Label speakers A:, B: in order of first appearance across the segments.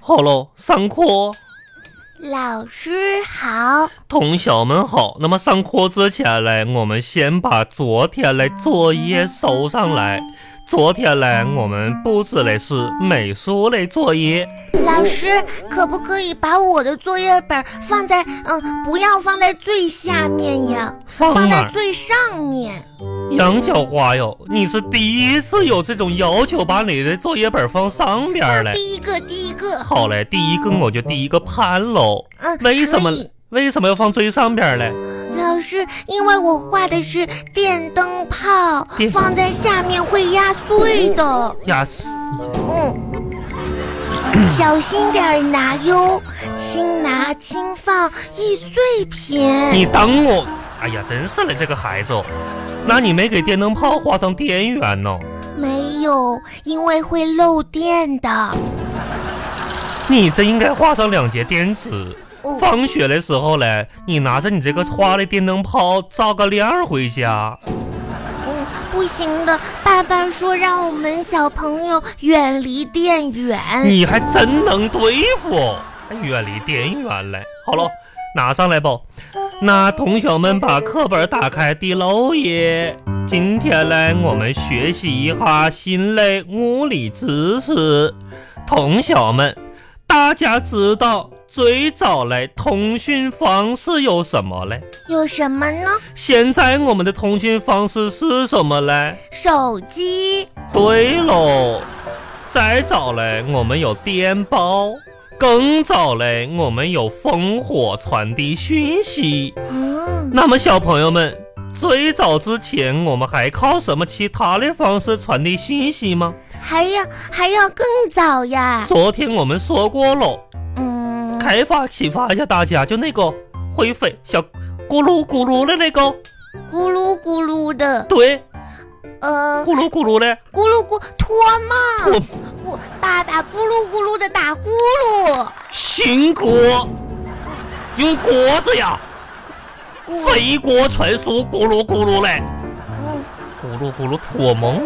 A: 好喽，上课。
B: 老师好，
A: 同学们好，那么上课之前嘞，我们先把昨天嘞作业收上来。昨天嘞，我们布置嘞是美术类作业。
B: 老师可不可以把我的作业本放在嗯，不要放在最下面呀，
A: 放
B: 放
A: 哪
B: 在
A: 儿？
B: 最上面。
A: 杨小花哟，你是第一次有这种要求，把你的作业本放上边儿嘞。
B: 第一个，第一个，
A: 好嘞，第一个我就第一个判喽。
B: 嗯，
A: 为什
B: 可
A: 么
B: 以？
A: 为什么要放最上边儿嘞？
B: 老师，因为我画的是电灯泡
A: 电，
B: 放在下面会压碎的。
A: 呀，
B: 嗯， 小心点儿拿哟，轻拿轻放易碎品。
A: 你等我！哎呀，真是的，这个孩子哦，那你没给电灯泡画上电源呢？
B: 没有，因为会漏电的。
A: 你这应该画上两节电池。
B: 哦
A: 放学的时候嘞，你拿着你这个花的电灯泡照个亮儿回家。
B: 嗯，不行的，爸爸说让我们小朋友远离电源。
A: 你还真能对付，还远离电源嘞。好了，拿上来吧。那同学们把课本打开第六页。今天嘞，我们学习一下新类物理知识。同学们，大家知道最早嘞通讯方式有什么嘞？
B: 有什么呢？
A: 现在我们的通讯方式是什么嘞？
B: 手机、
A: 对喽，再早嘞，我们有电报；更早嘞，我们有烽火传递讯息。
B: 嗯，
A: 那么，小朋友们，最早之前，我们还靠什么其他的方式传递信息吗？
B: 还要还要更早呀。
A: 昨天我们说过喽，
B: 嗯，
A: 开发启发一下大家，就那个会飞小咕噜咕噜的那个，
B: 咕噜咕噜的，
A: 对，
B: 呃，
A: 咕噜咕噜的，
B: 咕噜咕托梦
A: 我，
B: 咕爸爸咕噜咕噜的打呼噜，
A: 行锅，用锅子呀。
B: 咕
A: 飞锅传书，咕噜咕噜嘞，
B: 嗯，
A: 咕噜咕噜托梦。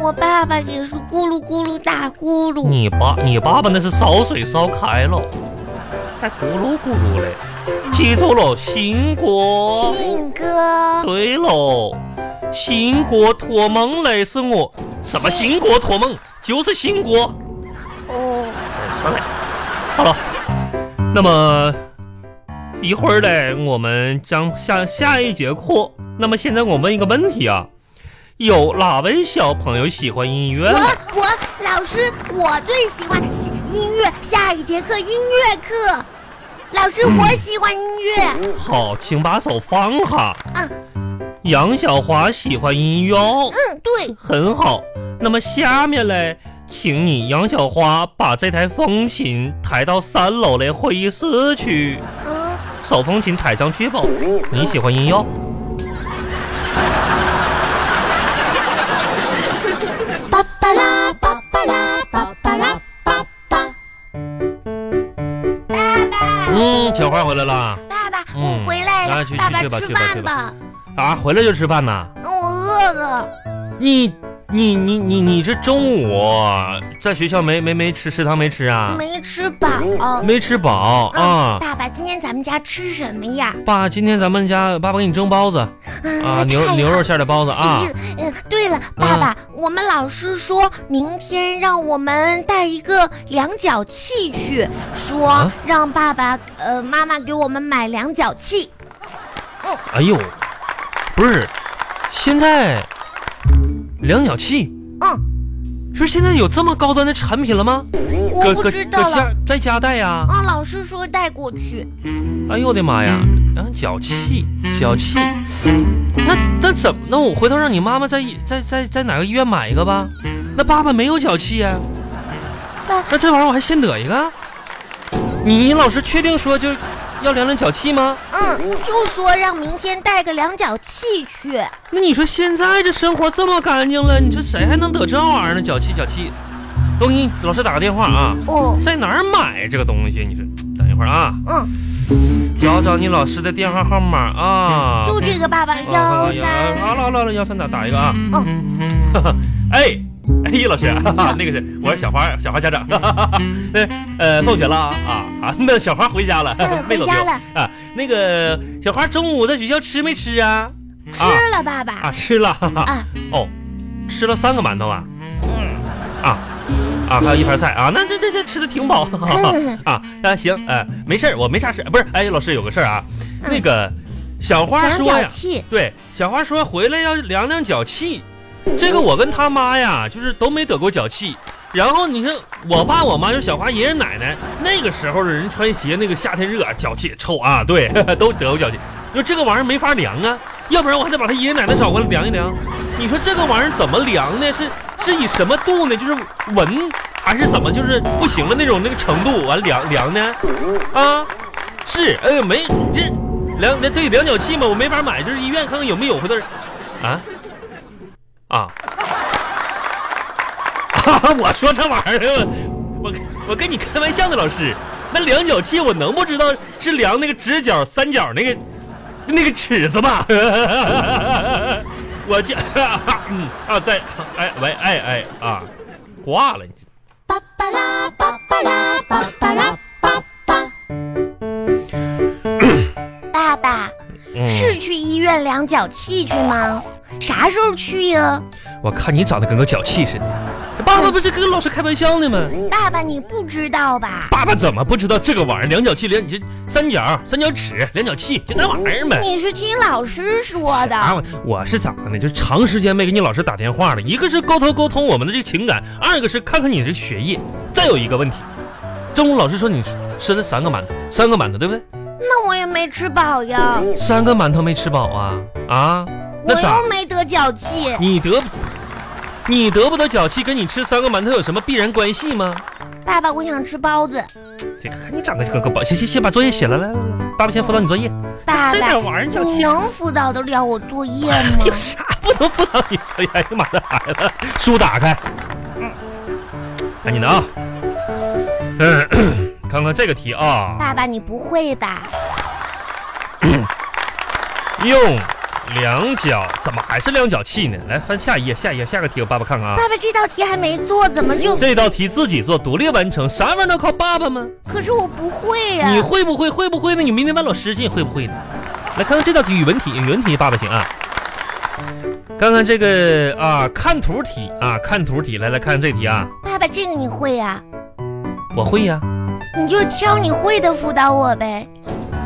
B: 我爸爸也是咕噜咕噜打呼噜。
A: 你爸，你爸爸那是烧水烧开了，还咕噜咕噜嘞。记住喽，新锅。
B: 信哥，
A: 对喽，新锅托梦嘞是我什么新锅托梦，就是新锅，
B: 哦，
A: 真是嘞。好了，那么一会儿嘞，我们将下下一节课。那么现在我问一个问题啊，有哪位小朋友喜欢音乐
B: 我
A: 呢？
B: 我老师，我最喜欢喜音乐，下一节课音乐课。老师，我喜欢音乐。
A: 好，请把手放下。
B: 嗯
A: 杨小华喜欢音乐哦，
B: 嗯，对，
A: 很好。那么下面嘞，请你杨小花把这台风琴抬到三楼的会议室去，
B: 嗯，
A: 手风琴抬上去吧。你喜欢音乐？哦
B: 巴巴拉巴巴拉巴巴拉巴巴。爸爸，
A: 嗯，小花回来啦。
B: 爸爸，
A: 嗯
B: 我回来
A: 啊
B: 了
A: 去，
B: 爸
A: 去去吧
B: 吃
A: 去吧去
B: 饭
A: 吧
B: 吧，
A: 啊，回来就吃饭呐？
B: 嗯我饿了。
A: 你你你你你这中午在学校没没没吃食堂没吃啊？
B: 没吃饱。
A: 没吃饱啊
B: 嗯，？爸爸，今天咱们家吃什么呀？
A: 爸，今天咱们家爸爸给你蒸包子啊，
B: 呃
A: 牛牛肉馅儿的包子啊。嗯
B: 嗯嗯，对了，爸爸，我们老师说明天让我们带一个量角器去，说
A: 啊
B: 让爸爸呃妈妈给我们买量角器。
A: 哎呦，不是，现在量角器
B: 嗯，
A: 是现在有这么高端的产品了吗？
B: 我不知道了。
A: 家在家带啊呀、
B: 嗯，老师说带过去。
A: 哎呦我的妈呀，量角器，脚器，那那怎么？那我回头让你妈妈在在在在哪个医院买一个吧。那爸爸没有脚器呀、
B: 爸
A: 那这玩意儿我还现得一个？你老师确定说就要量量脚器吗？
B: 嗯，就说让明天带个量角器去。
A: 那你说现在这生活这么干净了，你说谁还能得这玩意儿呢？脚气脚气，我给你老师打个电话啊，
B: 哦，
A: 在哪儿买这个东西？你说等一会儿啊，
B: 嗯，
A: 找找你老师的电话号码啊。
B: 就这个爸爸
A: 啊
B: 幺
A: 啊
B: 三。
A: 好了好了，幺三打打一个啊。
B: 嗯
A: 哎，哎，叶老师， 哈哈，那个是我是小花，小花家长， 哈哈哈呃呃，放学了啊啊啊， 那小花回家了
B: 嗯，
A: 没
B: 回
A: 走丢
B: 家了，
A: 啊。那个小花中午在学校吃没吃啊？
B: 吃了，爸
A: 啊，
B: 爸。
A: 吃了， 哈哈。
B: 啊，
A: 哦，吃了三个馒头啊
B: 嗯，
A: 啊啊，还有一盘菜啊，那这这这吃的挺饱， 哈哈
B: 嗯
A: 啊啊行，呃，没事儿，我没啥事儿，不是，哎，老师有个事儿啊，
B: 嗯
A: 那个小 花
B: 两
A: 啊说
B: 脚
A: 呀，
B: 气，
A: 对，小花说回来要量量脚气，这个我跟他妈呀，就是都没得过脚气。然后你看我爸我妈就是小花爷爷奶奶那个时候的人穿鞋，那个夏天热脚气也臭啊，对， 都得过脚气。你说这个玩意儿没法量啊，要不然我还得把他爷爷奶奶找过来量一量。你说这个玩意儿怎么量呢？是是以什么度呢？就是闻还是怎么？就是不行了那种那个程度，完量量呢？啊，是，哎呦没你这量那对量脚器嘛，我没法买，就是医院看看有没有回头，啊啊 啊！我说这玩意儿，我我跟你开玩笑呢，老师，那量脚器我能不知道是量那个直角、三角那个那个尺子吗？ 我这嗯啊在哎喂哎哎啊挂了你。
B: 巴巴拉巴巴拉巴巴拉巴巴。爸爸
A: 嗯
B: 是去医院量脚气去吗？啥时候去呀？
A: 我看你长得跟个脚气似的。爸爸不是跟老师开玩笑呢吗？
B: 爸爸你不知道吧？
A: 爸爸怎么不知道这个玩意儿？量角器，量你这三角、三角尺、量角器，就那玩意儿呗。
B: 你是听老师说
A: 啥
B: 的。
A: 玩意儿我是咋的呢？就是长时间没给你老师打电话了，一个是沟通沟通我们的这个情感，二个是看看你这学业，再有一个问题，中午老师说你吃了三个馒头，三个馒头对不对？
B: 那我也没吃饱呀，
A: 三个馒头没吃饱啊啊？那
B: 我
A: 咋
B: 又没得脚气。
A: 你得你得不得脚气，跟你吃三个馒头有什么必然关系吗？
B: 爸爸，我想吃包子。
A: 这个看你长得跟个宝，先先先把作业写了，来来来，爸爸先辅导你作业。
B: 爸
A: 这
B: 爸，
A: 点玩意儿叫
B: 你
A: 气。哎
B: 能辅导得了我作业吗？
A: 有啥不能辅导你作业？哎呀妈的孩子，书打开，赶紧的啊！嗯，看看这个题啊，
B: 爸爸，你不会吧？
A: 用两脚怎么还是两脚气呢？来翻下一页，下一页，下个题我爸爸看看啊。
B: 爸爸，这道题还没做，怎么就？
A: 这道题自己做，独立完成，啥玩意儿都靠爸爸吗？
B: 可是我不会呀、
A: 你会不会？会不会呢？你明天问老师去，会不会呢？来看看这道题，语文题，语文题，爸爸行啊。看看这个啊，看图题啊，看图题，来来看这题啊，
B: 爸爸，这个你会呀、
A: 我会呀、
B: 你就挑你会的辅导我呗。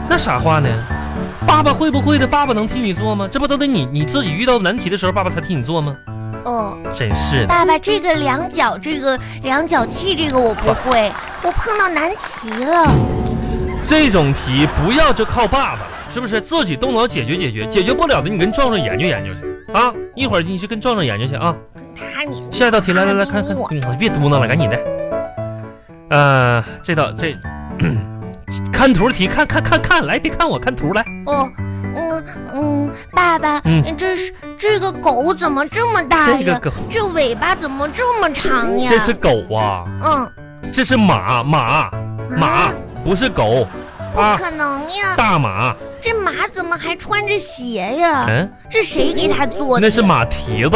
A: 那啥话呢？爸爸会不会的？爸爸能替你做吗？这不都得你你自己遇到难题的时候，爸爸才替你做吗？
B: 哦，
A: 真是的，
B: 爸爸，这个量角，这个量角器，这个我不会，我碰到难题了。
A: 这种题不要就靠爸爸了，是不是？自己动脑解决解决，解决不了的你跟壮壮研究研究去啊！一会儿你去跟壮壮研究去啊。
B: 他你
A: 下一道题，来来来，看看，
B: 哎
A: 嗯，别嘟囔了，赶紧的。呃，这道这看图题，看看看看，来，别看我，看图来。
B: 哦，嗯嗯，爸爸，
A: 嗯
B: 这是这个狗怎么这么大
A: 这个
B: 呀？
A: 狗，
B: 这尾巴怎么这么长哎呀？
A: 这是狗啊，
B: 嗯，
A: 这是马马马
B: 啊，
A: 不是狗
B: 不
A: 啊，
B: 可能呀！
A: 大马。
B: 这马怎么还穿着鞋呀？
A: 嗯，
B: 这谁给它做啊
A: 那
B: 的呀？
A: 是马蹄子，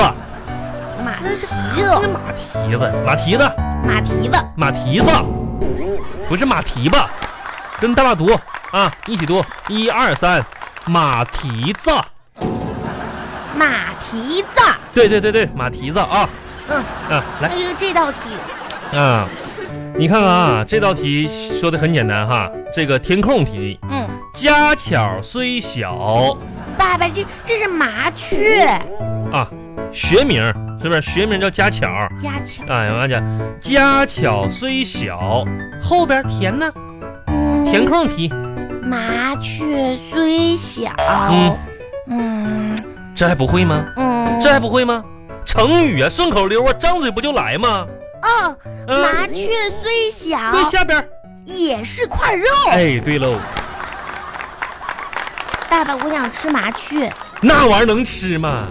B: 马蹄
A: 那是
B: 哦，
A: 马蹄子，马蹄子，
B: 马蹄子。
A: 马蹄子，不是马蹄吧？跟大爸读啊，一起读，一二三，马蹄子。
B: 马蹄子。
A: 对对对对，马蹄子啊，
B: 嗯，
A: 啊，来。
B: 哎呦，这道题，
A: 啊，你看看啊，这道题说的很简单哈，这个填空题，
B: 嗯，
A: 家巧虽小
B: 爸爸，这这是麻雀，
A: 啊，学名是不是？学名叫家巧。
B: 家巧，
A: 哎呀妈呀，家巧虽小，后边填呢，
B: 嗯，
A: 填空题，
B: 麻雀虽小，嗯
A: 这还不会吗？
B: 嗯，
A: 这还不会吗？成语啊，顺口溜啊，张嘴不就来吗？
B: 哦，
A: 嗯
B: 麻雀虽小，
A: 对，下边儿，
B: 也是块肉。
A: 哎，对喽，
B: 爸爸，我想吃麻雀
A: 那玩意儿能吃吗？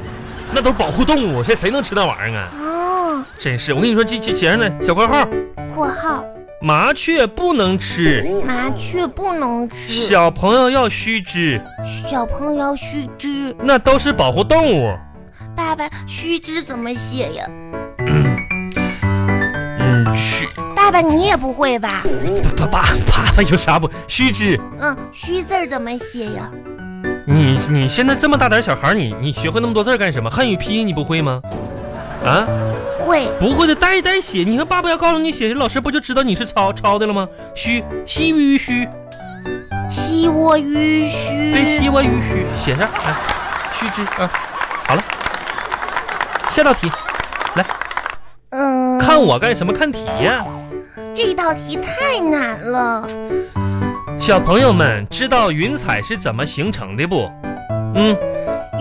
A: 那都是保护动物，现在谁能吃那玩意儿啊？
B: 哦，
A: 真是，我跟你说，这这写上呢，小括号。
B: 括号
A: 麻雀不能吃，
B: 麻雀不能吃，
A: 小朋友要须知，
B: 小朋友须知。
A: 那都是保护动物。
B: 爸爸，须知怎么写呀？爸爸你也不会吧？
A: 嗯爸爸爸爸有啥不？须知
B: 嗯，虚字儿怎么写呀？
A: 你你现在这么大点小孩儿，你你学会那么多字儿干什么？汉语拼音你不会吗？啊，
B: 会
A: 不会的，呆一呆写。你看爸爸要告诉你写，老师不就知道你是抄抄的了吗？虚西吁虚，
B: 西窝吁
A: 对，
B: 虚
A: 西窝吁虚，写上啊，须知啊。好了，下道题，
B: 嗯，
A: 看我干什么？看题呀、
B: 这道题太难了。
A: 小朋友们知道云彩是怎么形成的不？嗯，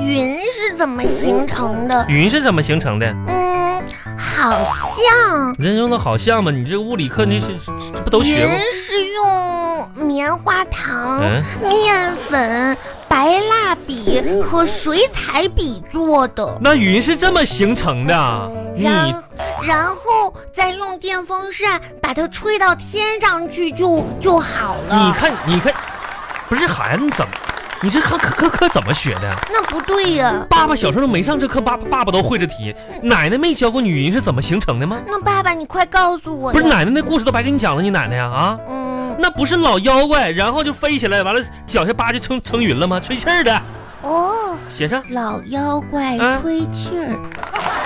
B: 云是怎么形成的？
A: 云是怎么形成的？
B: 嗯，好像
A: 你这用的好像吗？你这个物理课你是这这不都学吗？
B: 云是用棉花糖、
A: 嗯
B: 面粉、白蜡笔和水彩笔做的，
A: 那云是这么形成的，啊你
B: 然然后再用电风扇把它吹到天上去就就好了。
A: 你看你看，不是孩子你怎么，你这课课课课怎么学的？啊
B: 那不对呀、
A: 爸爸小时候都没上这课，爸爸爸爸都会这题，奶奶没教过你云是怎么形成的吗？
B: 那爸爸你快告诉我
A: 不是
B: 呀。
A: 奶奶那故事都白给你讲了，你奶奶呀啊，
B: 嗯，
A: 那不是老妖怪，然后就飞起来，完了脚下叭就成成云了吗？吹气儿的，
B: 哦，
A: 写上。
B: 老妖怪
A: 啊
B: 吹气儿。